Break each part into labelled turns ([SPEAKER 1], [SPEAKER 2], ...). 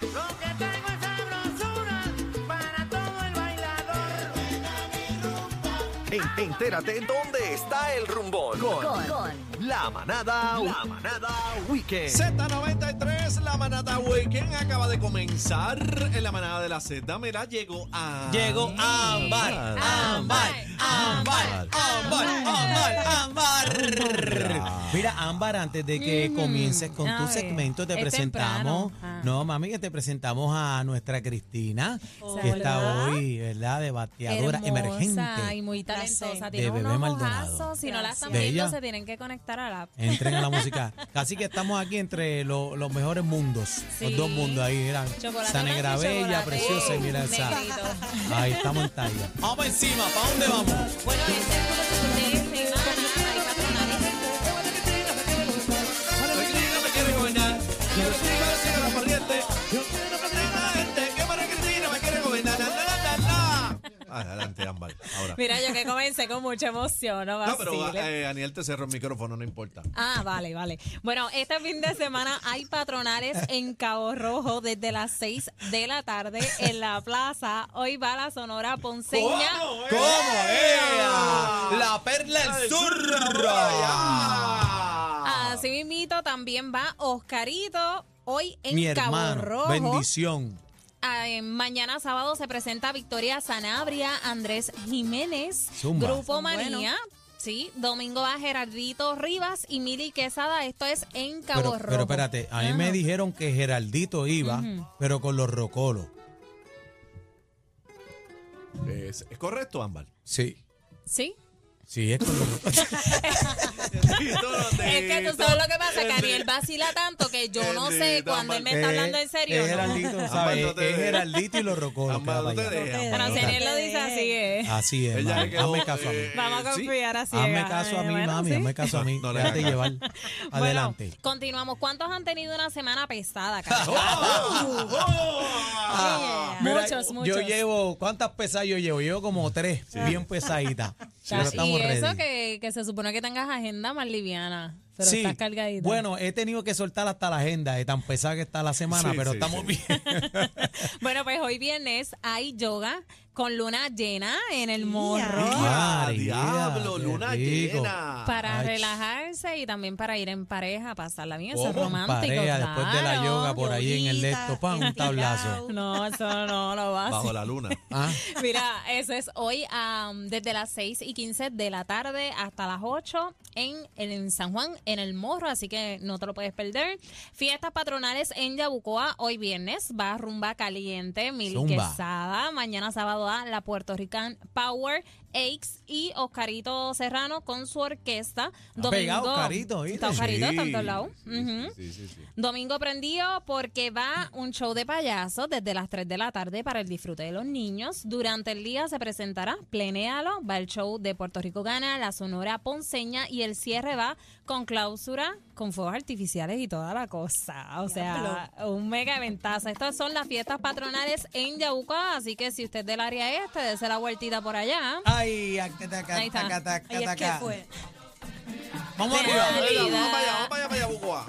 [SPEAKER 1] Lo que traigo es sabrosura para todo el bailador.
[SPEAKER 2] En- entérate dónde está el rumbón con, la manada, la manada weekend.
[SPEAKER 3] Z93, la manada weekend acaba de comenzar en la manada de la Z. Mira, llegó a.
[SPEAKER 4] Llegó Mm, Ámbar, Ámbar, Ámbar, Ámbar, Ámbar, Ámbar. Ah. Mira, Ámbar, antes de que comiences con
[SPEAKER 5] a
[SPEAKER 4] tu
[SPEAKER 5] ver,
[SPEAKER 4] segmento, te
[SPEAKER 5] Mm. es
[SPEAKER 4] presentamos.
[SPEAKER 5] temprano. Ah.
[SPEAKER 4] No, mami, que te presentamos a nuestra Cristina, que está
[SPEAKER 5] Hola.
[SPEAKER 4] hoy, ¿verdad? De bateadora
[SPEAKER 5] Hermosa y
[SPEAKER 4] emergente.
[SPEAKER 5] muy talentosa. Tiene
[SPEAKER 4] De Bebé
[SPEAKER 5] unos
[SPEAKER 4] Maldonado. Eh.
[SPEAKER 5] ojazos. Si no la están
[SPEAKER 4] De
[SPEAKER 5] viendo,
[SPEAKER 4] ella.
[SPEAKER 5] se tienen que conectar a la.
[SPEAKER 4] Entren a la música. Así que estamos aquí entre lo- los mejores mundos. Los
[SPEAKER 5] Sí.
[SPEAKER 4] dos mundos ahí, eran
[SPEAKER 5] Chocolate
[SPEAKER 4] Esa negra
[SPEAKER 5] blanco y
[SPEAKER 4] bella,
[SPEAKER 5] chocolate
[SPEAKER 4] preciosa y mira esa.
[SPEAKER 5] negrito.
[SPEAKER 4] Ahí estamos en talla. Vamos pa' encima, ¿para dónde vamos?
[SPEAKER 5] Bueno, este fin de semana hay patronales.
[SPEAKER 3] Ah, Adelante, Ámbar. Ahora.
[SPEAKER 5] Mira, yo que comencé con mucha emoción, no
[SPEAKER 3] No, pero
[SPEAKER 5] vaciles.
[SPEAKER 3] eh, Aniel te cerró el micrófono, no importa.
[SPEAKER 5] Ah, vale, vale. Bueno, este fin de semana hay patronales en Cabo Rojo desde las 6 de la tarde en la plaza. Hoy va la Sonora Ponceña.
[SPEAKER 4] ¿Cómo?
[SPEAKER 3] ¡Eh!
[SPEAKER 4] ¡Ea! La perla del sur.
[SPEAKER 5] Así mismito también va Oscarito hoy en
[SPEAKER 4] Mi
[SPEAKER 5] Cabo
[SPEAKER 4] hermano,
[SPEAKER 5] Rojo.
[SPEAKER 4] bendición.
[SPEAKER 5] Ah, eh, mañana sábado se presenta Victoria Sanabria, Andrés Jiménez,
[SPEAKER 4] Zumba.
[SPEAKER 5] Grupo
[SPEAKER 6] Son
[SPEAKER 5] Manía.
[SPEAKER 6] buenos.
[SPEAKER 5] Sí, domingo va Gerardito Rivas y Mili Quesada. Esto es en Cabo
[SPEAKER 4] Pero,
[SPEAKER 5] Rojo.
[SPEAKER 4] pero espérate, a mí me dijeron que Geraldito iba, pero con los rocolos.
[SPEAKER 3] ¿Es, es correcto, Ámbar?
[SPEAKER 4] Sí.
[SPEAKER 5] Sí.
[SPEAKER 4] Sí, es con los rocolos.
[SPEAKER 5] Es que tú sabes lo que pasa, que Ariel vacila tanto que yo no sé
[SPEAKER 3] Bendito,
[SPEAKER 5] cuando él me
[SPEAKER 4] Es-
[SPEAKER 5] está hablando en serio.
[SPEAKER 4] Es
[SPEAKER 5] ¿no?
[SPEAKER 4] Geraldito,
[SPEAKER 3] Ámbar,
[SPEAKER 4] ¿sabes? Ah,
[SPEAKER 3] no te
[SPEAKER 4] pues, es
[SPEAKER 3] dejes.
[SPEAKER 4] Geraldito y los rocolos. que va
[SPEAKER 3] Ámbar, no
[SPEAKER 4] para allá.
[SPEAKER 3] te dejes,
[SPEAKER 6] No te
[SPEAKER 3] Ámbar,
[SPEAKER 5] Pero
[SPEAKER 3] no
[SPEAKER 5] si
[SPEAKER 3] te
[SPEAKER 5] Ariel lo dice así, es.
[SPEAKER 4] Así es,
[SPEAKER 3] Ella
[SPEAKER 4] mami,
[SPEAKER 3] le quedó,
[SPEAKER 4] hazme caso a mí.
[SPEAKER 3] eh,
[SPEAKER 5] Vamos a
[SPEAKER 3] sí.
[SPEAKER 5] confiar así.
[SPEAKER 4] Ah, Hazme caso a mí, mami, hazme caso a mí.
[SPEAKER 3] No, no le
[SPEAKER 4] Déjate
[SPEAKER 3] hagas.
[SPEAKER 4] llevar. Adelante.
[SPEAKER 5] continuamos. ¿Cuántos han tenido una semana pesada, Carlos?
[SPEAKER 3] ¡Oh!
[SPEAKER 4] Ah,
[SPEAKER 5] Yeah.
[SPEAKER 4] mira,
[SPEAKER 5] Muchos,
[SPEAKER 4] Yo
[SPEAKER 5] muchos.
[SPEAKER 4] llevo, ¿cuántas pesadas yo llevo? Llevo como tres, bien pesaditas. Pero
[SPEAKER 5] y
[SPEAKER 4] estamos
[SPEAKER 5] eso
[SPEAKER 4] ready.
[SPEAKER 5] que, que se supone que tengas agenda más liviana, pero
[SPEAKER 4] Sí.
[SPEAKER 5] estás cargadita.
[SPEAKER 4] Bueno, he tenido que soltar hasta la agenda de tan pesada que está la semana,
[SPEAKER 3] Sí,
[SPEAKER 4] pero
[SPEAKER 3] sí,
[SPEAKER 4] estamos
[SPEAKER 3] sí.
[SPEAKER 4] bien.
[SPEAKER 5] Bueno, pues hoy viernes hay yoga con luna llena en el morro
[SPEAKER 3] Ah,
[SPEAKER 4] María,
[SPEAKER 3] diablo,
[SPEAKER 4] qué
[SPEAKER 3] luna
[SPEAKER 4] rico.
[SPEAKER 3] llena.
[SPEAKER 5] para
[SPEAKER 4] Ach.
[SPEAKER 5] relajarse y también para ir en pareja, pasarla bien,
[SPEAKER 4] Como
[SPEAKER 5] ser romántico.
[SPEAKER 4] pareja, después de la
[SPEAKER 5] claro.
[SPEAKER 4] yoga por ahí en el
[SPEAKER 6] yoguita,
[SPEAKER 4] lesto, pan, un tablazo.
[SPEAKER 6] estirado.
[SPEAKER 5] No, eso no lo vas.
[SPEAKER 3] Bajo la luna.
[SPEAKER 4] Ah,
[SPEAKER 5] Mira, eso es hoy am, desde las 6 y 15 de la tarde hasta las 8 en, en San Juan, en El Morro, así que no te lo puedes perder. Fiestas patronales en Yabucoa hoy viernes, va Rumba Caliente, Mil
[SPEAKER 4] Zumba.
[SPEAKER 5] Quesada, mañana sábado a la Puerto Rican Power, Aix y Oscarito Serrano con su orquesta.
[SPEAKER 4] Está pegado Oscarito, ¿viste?
[SPEAKER 5] Está Oscarito, está en todos
[SPEAKER 3] Sí.
[SPEAKER 5] lados. Ujú.
[SPEAKER 3] Sí, sí, sí.
[SPEAKER 5] Domingo prendido porque va un show de payasos desde las 3 de la tarde para el disfrute de los niños. Durante el día se presentará Plenéalo, va el show de Puerto Rico Gana, la Sonora Ponceña y el cierre va con clausura, con fuegos artificiales y toda la cosa. O sea, un mega ventaza. Estas son las fiestas patronales en Yauca, así que si usted es del área este, dése la vueltita por allá.
[SPEAKER 4] Ay, acá, taca,
[SPEAKER 5] Ahí está.
[SPEAKER 4] taca, taca,
[SPEAKER 6] Ay, es que
[SPEAKER 4] taca.
[SPEAKER 6] fue.
[SPEAKER 4] Vamos arriba.
[SPEAKER 5] Realidad.
[SPEAKER 3] Vamos para allá, vamos para allá, para allá, Bucoa.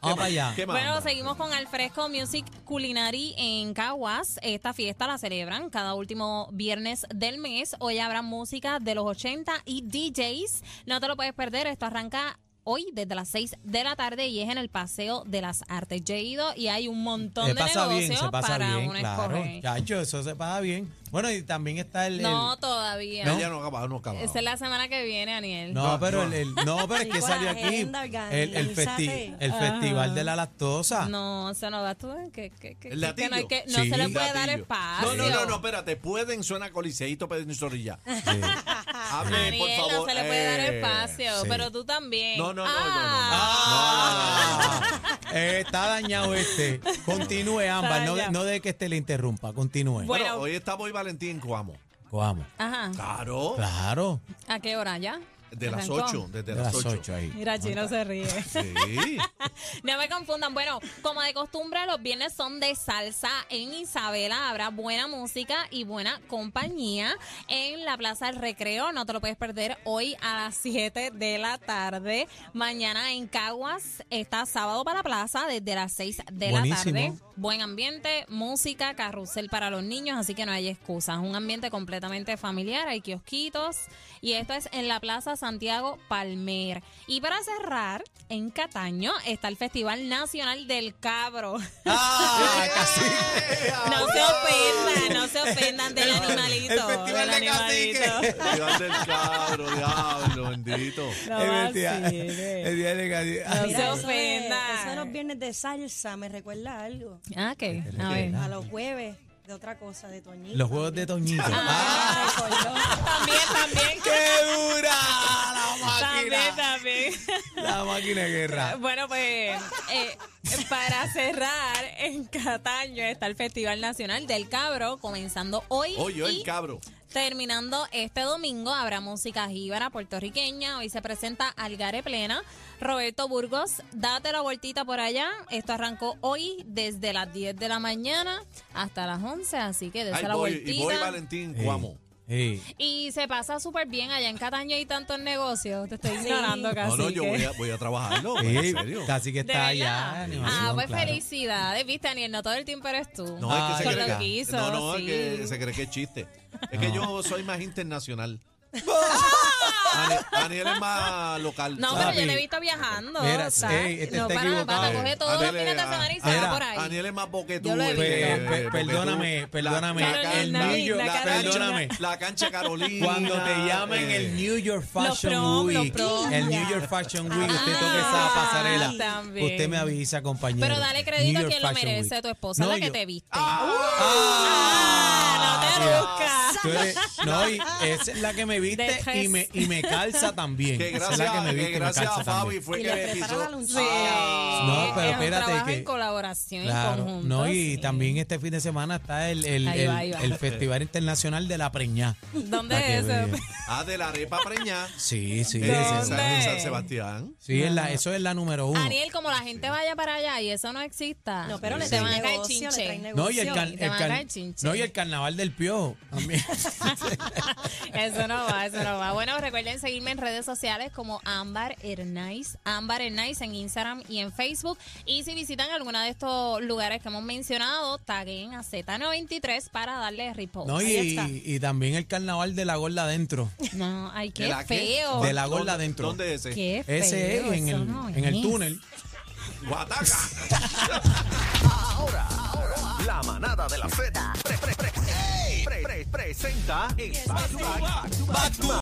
[SPEAKER 4] Vamos para allá.
[SPEAKER 3] ¿Qué más,
[SPEAKER 5] Bueno,
[SPEAKER 3] Ámbar?
[SPEAKER 5] seguimos con Al Fresco Music Culinary en Caguas. Esta fiesta la celebran cada último viernes del mes. Hoy habrá música de los 80 y DJs. No te lo puedes perder. Esto arranca hoy desde las 6 de la tarde y es en el Paseo de las Artes. Yo he ido y hay un montón
[SPEAKER 4] Se
[SPEAKER 5] de
[SPEAKER 4] pasa
[SPEAKER 5] negocios
[SPEAKER 4] bien, se pasa
[SPEAKER 5] para
[SPEAKER 4] bien,
[SPEAKER 5] uno
[SPEAKER 4] claro.
[SPEAKER 5] escoger.
[SPEAKER 4] Chacho, eso se pasa bien. Bueno, y también está el. el-
[SPEAKER 5] No, todavía.
[SPEAKER 3] No, ya no ha acabado, no ha acabado.
[SPEAKER 5] Esa es la semana que viene, Aniel.
[SPEAKER 4] no,
[SPEAKER 3] No,
[SPEAKER 4] pero
[SPEAKER 3] no.
[SPEAKER 4] El, el- no, pero es que
[SPEAKER 6] Igual,
[SPEAKER 4] salió aquí
[SPEAKER 6] agenda,
[SPEAKER 4] el, el, festi-
[SPEAKER 6] organízate.
[SPEAKER 4] el festival de la lactosa.
[SPEAKER 5] No, se nos va tú. Que, que, que, que
[SPEAKER 3] ¿El
[SPEAKER 5] no, hay
[SPEAKER 3] latillo?
[SPEAKER 5] que- no
[SPEAKER 4] Sí.
[SPEAKER 5] se le puede dar
[SPEAKER 3] Gatillo.
[SPEAKER 5] espacio.
[SPEAKER 3] No, no, no, no, espérate. Pueden, suena Coliseíto, Pedro y Zorrilla. Hable,
[SPEAKER 5] Aniel,
[SPEAKER 3] por favor.
[SPEAKER 5] no se le puede dar
[SPEAKER 3] Eh,
[SPEAKER 5] espacio,
[SPEAKER 4] sí.
[SPEAKER 5] pero tú también.
[SPEAKER 3] No, no, no, no, no, no.
[SPEAKER 5] Ah.
[SPEAKER 4] Ah, eh, está dañado este. Continúe, Ámbar. No, de- no de que este le interrumpa. Continúe.
[SPEAKER 5] Bueno.
[SPEAKER 3] Bueno, hoy está Boy Valentín Coamo.
[SPEAKER 4] Vamos.
[SPEAKER 5] Ajá.
[SPEAKER 3] Claro.
[SPEAKER 4] Claro.
[SPEAKER 5] ¿A qué hora ya?
[SPEAKER 3] De las
[SPEAKER 5] Arrancó.
[SPEAKER 3] 8, desde
[SPEAKER 4] De las
[SPEAKER 3] las 8.
[SPEAKER 4] ocho ahí.
[SPEAKER 5] Mira, Chino se ríe.
[SPEAKER 3] Sí.
[SPEAKER 5] No me confundan. Bueno, como de costumbre, los viernes son de salsa en Isabela. Habrá buena música y buena compañía en la Plaza del Recreo. No te lo puedes perder hoy a las 7 de la tarde. Mañana en Caguas está sábado para la plaza desde las 6 de
[SPEAKER 4] Buenísimo.
[SPEAKER 5] la tarde. Buen ambiente, música, carrusel para los niños, así que no hay excusas. Un ambiente completamente familiar, hay kiosquitos. Y esto es en la Plaza Santiago Palmer. Y para cerrar, en Cataño está el Festival Nacional del Cabro.
[SPEAKER 4] Ah, casi.
[SPEAKER 5] No se ofendan, no se ofendan del animalito.
[SPEAKER 4] el festival
[SPEAKER 5] del
[SPEAKER 4] de cacique.
[SPEAKER 5] animalito.
[SPEAKER 3] Dios del cabro, diablo, bendito.
[SPEAKER 5] No
[SPEAKER 4] El día-
[SPEAKER 5] vacile.
[SPEAKER 4] el día de Gadi-
[SPEAKER 5] No
[SPEAKER 6] Mira,
[SPEAKER 5] se
[SPEAKER 6] eso de-
[SPEAKER 5] ofenda.
[SPEAKER 6] Eso de los viernes de salsa me recuerda a algo.
[SPEAKER 5] Ah, ¿qué? A ver.
[SPEAKER 6] A los jueves de otra cosa, de Toñito.
[SPEAKER 4] Los juegos de Toñito.
[SPEAKER 6] Ah, me recordó.
[SPEAKER 5] También, también.
[SPEAKER 4] ¡Qué dura! La
[SPEAKER 5] También,
[SPEAKER 4] máquina.
[SPEAKER 5] también.
[SPEAKER 4] La máquina de guerra.
[SPEAKER 5] Bueno, pues eh, para cerrar, en Cataño está el Festival Nacional del Cabro, comenzando hoy.
[SPEAKER 3] Oye,
[SPEAKER 5] y
[SPEAKER 3] el cabro.
[SPEAKER 5] Terminando este domingo habrá música jíbara puertorriqueña. Hoy se presenta Algaré Plena. Roberto Burgos, date la vueltita por allá. Esto arrancó hoy desde las 10 de la mañana hasta las 11, así que dese
[SPEAKER 3] Ay,
[SPEAKER 5] la
[SPEAKER 3] Boy, y Boy
[SPEAKER 5] vueltita.
[SPEAKER 3] Valentín Coamo.
[SPEAKER 4] Sí.
[SPEAKER 5] Y se pasa súper bien allá en Cataño hay tantos negocios. Te estoy ignorando casi.
[SPEAKER 3] No, no, yo voy a, voy a trabajarlo.
[SPEAKER 4] Sí,
[SPEAKER 3] En serio.
[SPEAKER 4] casi que
[SPEAKER 5] ¿De
[SPEAKER 4] está allá.
[SPEAKER 5] verdad?
[SPEAKER 4] animación,
[SPEAKER 5] Ah, pues
[SPEAKER 4] claro.
[SPEAKER 5] felicidades, viste, Daniel, no todo el tiempo eres tú.
[SPEAKER 3] No, es que se
[SPEAKER 5] Con
[SPEAKER 3] cree
[SPEAKER 5] lo
[SPEAKER 3] que,
[SPEAKER 5] que hizo,
[SPEAKER 3] no, no, es
[SPEAKER 5] sí.
[SPEAKER 3] que se cree que es chiste. Es que yo soy más internacional. Ani- Aniel es más local.
[SPEAKER 5] No,
[SPEAKER 4] Papi.
[SPEAKER 5] pero yo le he visto viajando.
[SPEAKER 4] Mira,
[SPEAKER 5] o sea,
[SPEAKER 4] ey, este
[SPEAKER 5] no
[SPEAKER 4] está
[SPEAKER 5] para, para,
[SPEAKER 4] equivocado.
[SPEAKER 5] coge todos los
[SPEAKER 3] Aniel
[SPEAKER 5] fines de
[SPEAKER 3] es-
[SPEAKER 5] semana y se
[SPEAKER 4] Mira,
[SPEAKER 5] va por ahí.
[SPEAKER 3] Aniel es más boquetú.
[SPEAKER 5] Yo lo he
[SPEAKER 3] eh,
[SPEAKER 5] visto.
[SPEAKER 3] eh,
[SPEAKER 4] Pe- pe-
[SPEAKER 3] boquetú.
[SPEAKER 4] perdóname, perdóname,
[SPEAKER 3] La, la, can-
[SPEAKER 5] el
[SPEAKER 3] la-
[SPEAKER 5] Nillo,
[SPEAKER 3] la
[SPEAKER 5] la
[SPEAKER 3] cancha-
[SPEAKER 4] perdóname.
[SPEAKER 3] La cancha Carolina.
[SPEAKER 4] Cuando te llamen
[SPEAKER 3] eh,
[SPEAKER 4] el New York Fashion
[SPEAKER 5] prom, los
[SPEAKER 4] Week,
[SPEAKER 5] prom.
[SPEAKER 4] el New York Fashion Week, usted
[SPEAKER 5] Ah,
[SPEAKER 4] toca esa pasarela.
[SPEAKER 5] también.
[SPEAKER 4] Usted me avisa, compañero.
[SPEAKER 5] Pero dale
[SPEAKER 4] New
[SPEAKER 5] crédito a
[SPEAKER 4] York
[SPEAKER 5] quien lo
[SPEAKER 4] Fashion
[SPEAKER 5] merece,
[SPEAKER 4] Week.
[SPEAKER 5] tu esposa,
[SPEAKER 4] No,
[SPEAKER 5] la que
[SPEAKER 4] yo-
[SPEAKER 5] te viste.
[SPEAKER 4] Ah,
[SPEAKER 5] no te
[SPEAKER 4] mira,
[SPEAKER 5] buscas.
[SPEAKER 4] tú eres- no, y esa es la que me viste
[SPEAKER 5] Dejes.
[SPEAKER 4] y me, y me calza también.
[SPEAKER 3] Que
[SPEAKER 4] Esa es la
[SPEAKER 3] gracias,
[SPEAKER 4] que me
[SPEAKER 3] que
[SPEAKER 4] viste y me
[SPEAKER 3] gracias
[SPEAKER 4] calza
[SPEAKER 3] a Fabi
[SPEAKER 4] también.
[SPEAKER 3] fue
[SPEAKER 6] Y
[SPEAKER 3] que
[SPEAKER 6] le
[SPEAKER 3] le
[SPEAKER 6] prepara
[SPEAKER 3] pisó.
[SPEAKER 6] la
[SPEAKER 5] Sí.
[SPEAKER 3] Ah.
[SPEAKER 4] No, pero
[SPEAKER 5] es un
[SPEAKER 4] espérate
[SPEAKER 5] trabajo
[SPEAKER 4] que-
[SPEAKER 5] en colaboración, en
[SPEAKER 4] Claro,
[SPEAKER 5] conjunto.
[SPEAKER 4] no, y
[SPEAKER 5] sí.
[SPEAKER 4] también este fin de semana está el, el,
[SPEAKER 5] Ahí va,
[SPEAKER 4] el-
[SPEAKER 5] ahí va.
[SPEAKER 4] el Festival Internacional de la Preñá.
[SPEAKER 5] ¿Dónde
[SPEAKER 4] Para que
[SPEAKER 5] es
[SPEAKER 4] vea.
[SPEAKER 5] eso?
[SPEAKER 3] Ah, de la arepa preñada.
[SPEAKER 4] Sí, sí.
[SPEAKER 3] Eh, en
[SPEAKER 4] sí,
[SPEAKER 3] San,
[SPEAKER 4] sí.
[SPEAKER 3] en San Sebastián.
[SPEAKER 4] Sí, es la, eso es la número uno.
[SPEAKER 5] Aniel, como la gente vaya para allá y eso no exista,
[SPEAKER 6] No, pero le
[SPEAKER 5] te van
[SPEAKER 6] traen
[SPEAKER 5] a caer
[SPEAKER 6] negocio, le
[SPEAKER 5] chinche.
[SPEAKER 6] traen negocio.
[SPEAKER 4] No, y el, car-
[SPEAKER 5] y
[SPEAKER 4] el
[SPEAKER 5] te van a
[SPEAKER 4] car-
[SPEAKER 5] caer chinche.
[SPEAKER 4] no, y el carnaval del piojo también.
[SPEAKER 5] Eso no va, eso no va. Bueno, recuerden seguirme en redes sociales como Ámbar Hernández, Ámbar Hernández en Instagram y en Facebook. Y si visitan alguno de estos lugares que hemos mencionado, taguen a Z93 para darle repost.
[SPEAKER 4] No,
[SPEAKER 6] Ahí
[SPEAKER 4] y,
[SPEAKER 6] está.
[SPEAKER 4] y también el carnaval de la gorda adentro.
[SPEAKER 5] No, ay,
[SPEAKER 3] ¿De
[SPEAKER 5] qué
[SPEAKER 3] la qué?
[SPEAKER 5] feo.
[SPEAKER 4] De la
[SPEAKER 3] ¿Dónde-
[SPEAKER 4] gorda adentro.
[SPEAKER 3] ¿Dónde es ese?
[SPEAKER 5] Qué feo.
[SPEAKER 4] Ese es en
[SPEAKER 5] eso
[SPEAKER 4] el,
[SPEAKER 5] no
[SPEAKER 4] en el
[SPEAKER 5] es.
[SPEAKER 4] túnel.
[SPEAKER 3] Guataca.
[SPEAKER 2] Ahora, ahora, la manada de la Z pre- pre- pre- pre- pre- presenta el Back to Back. Back to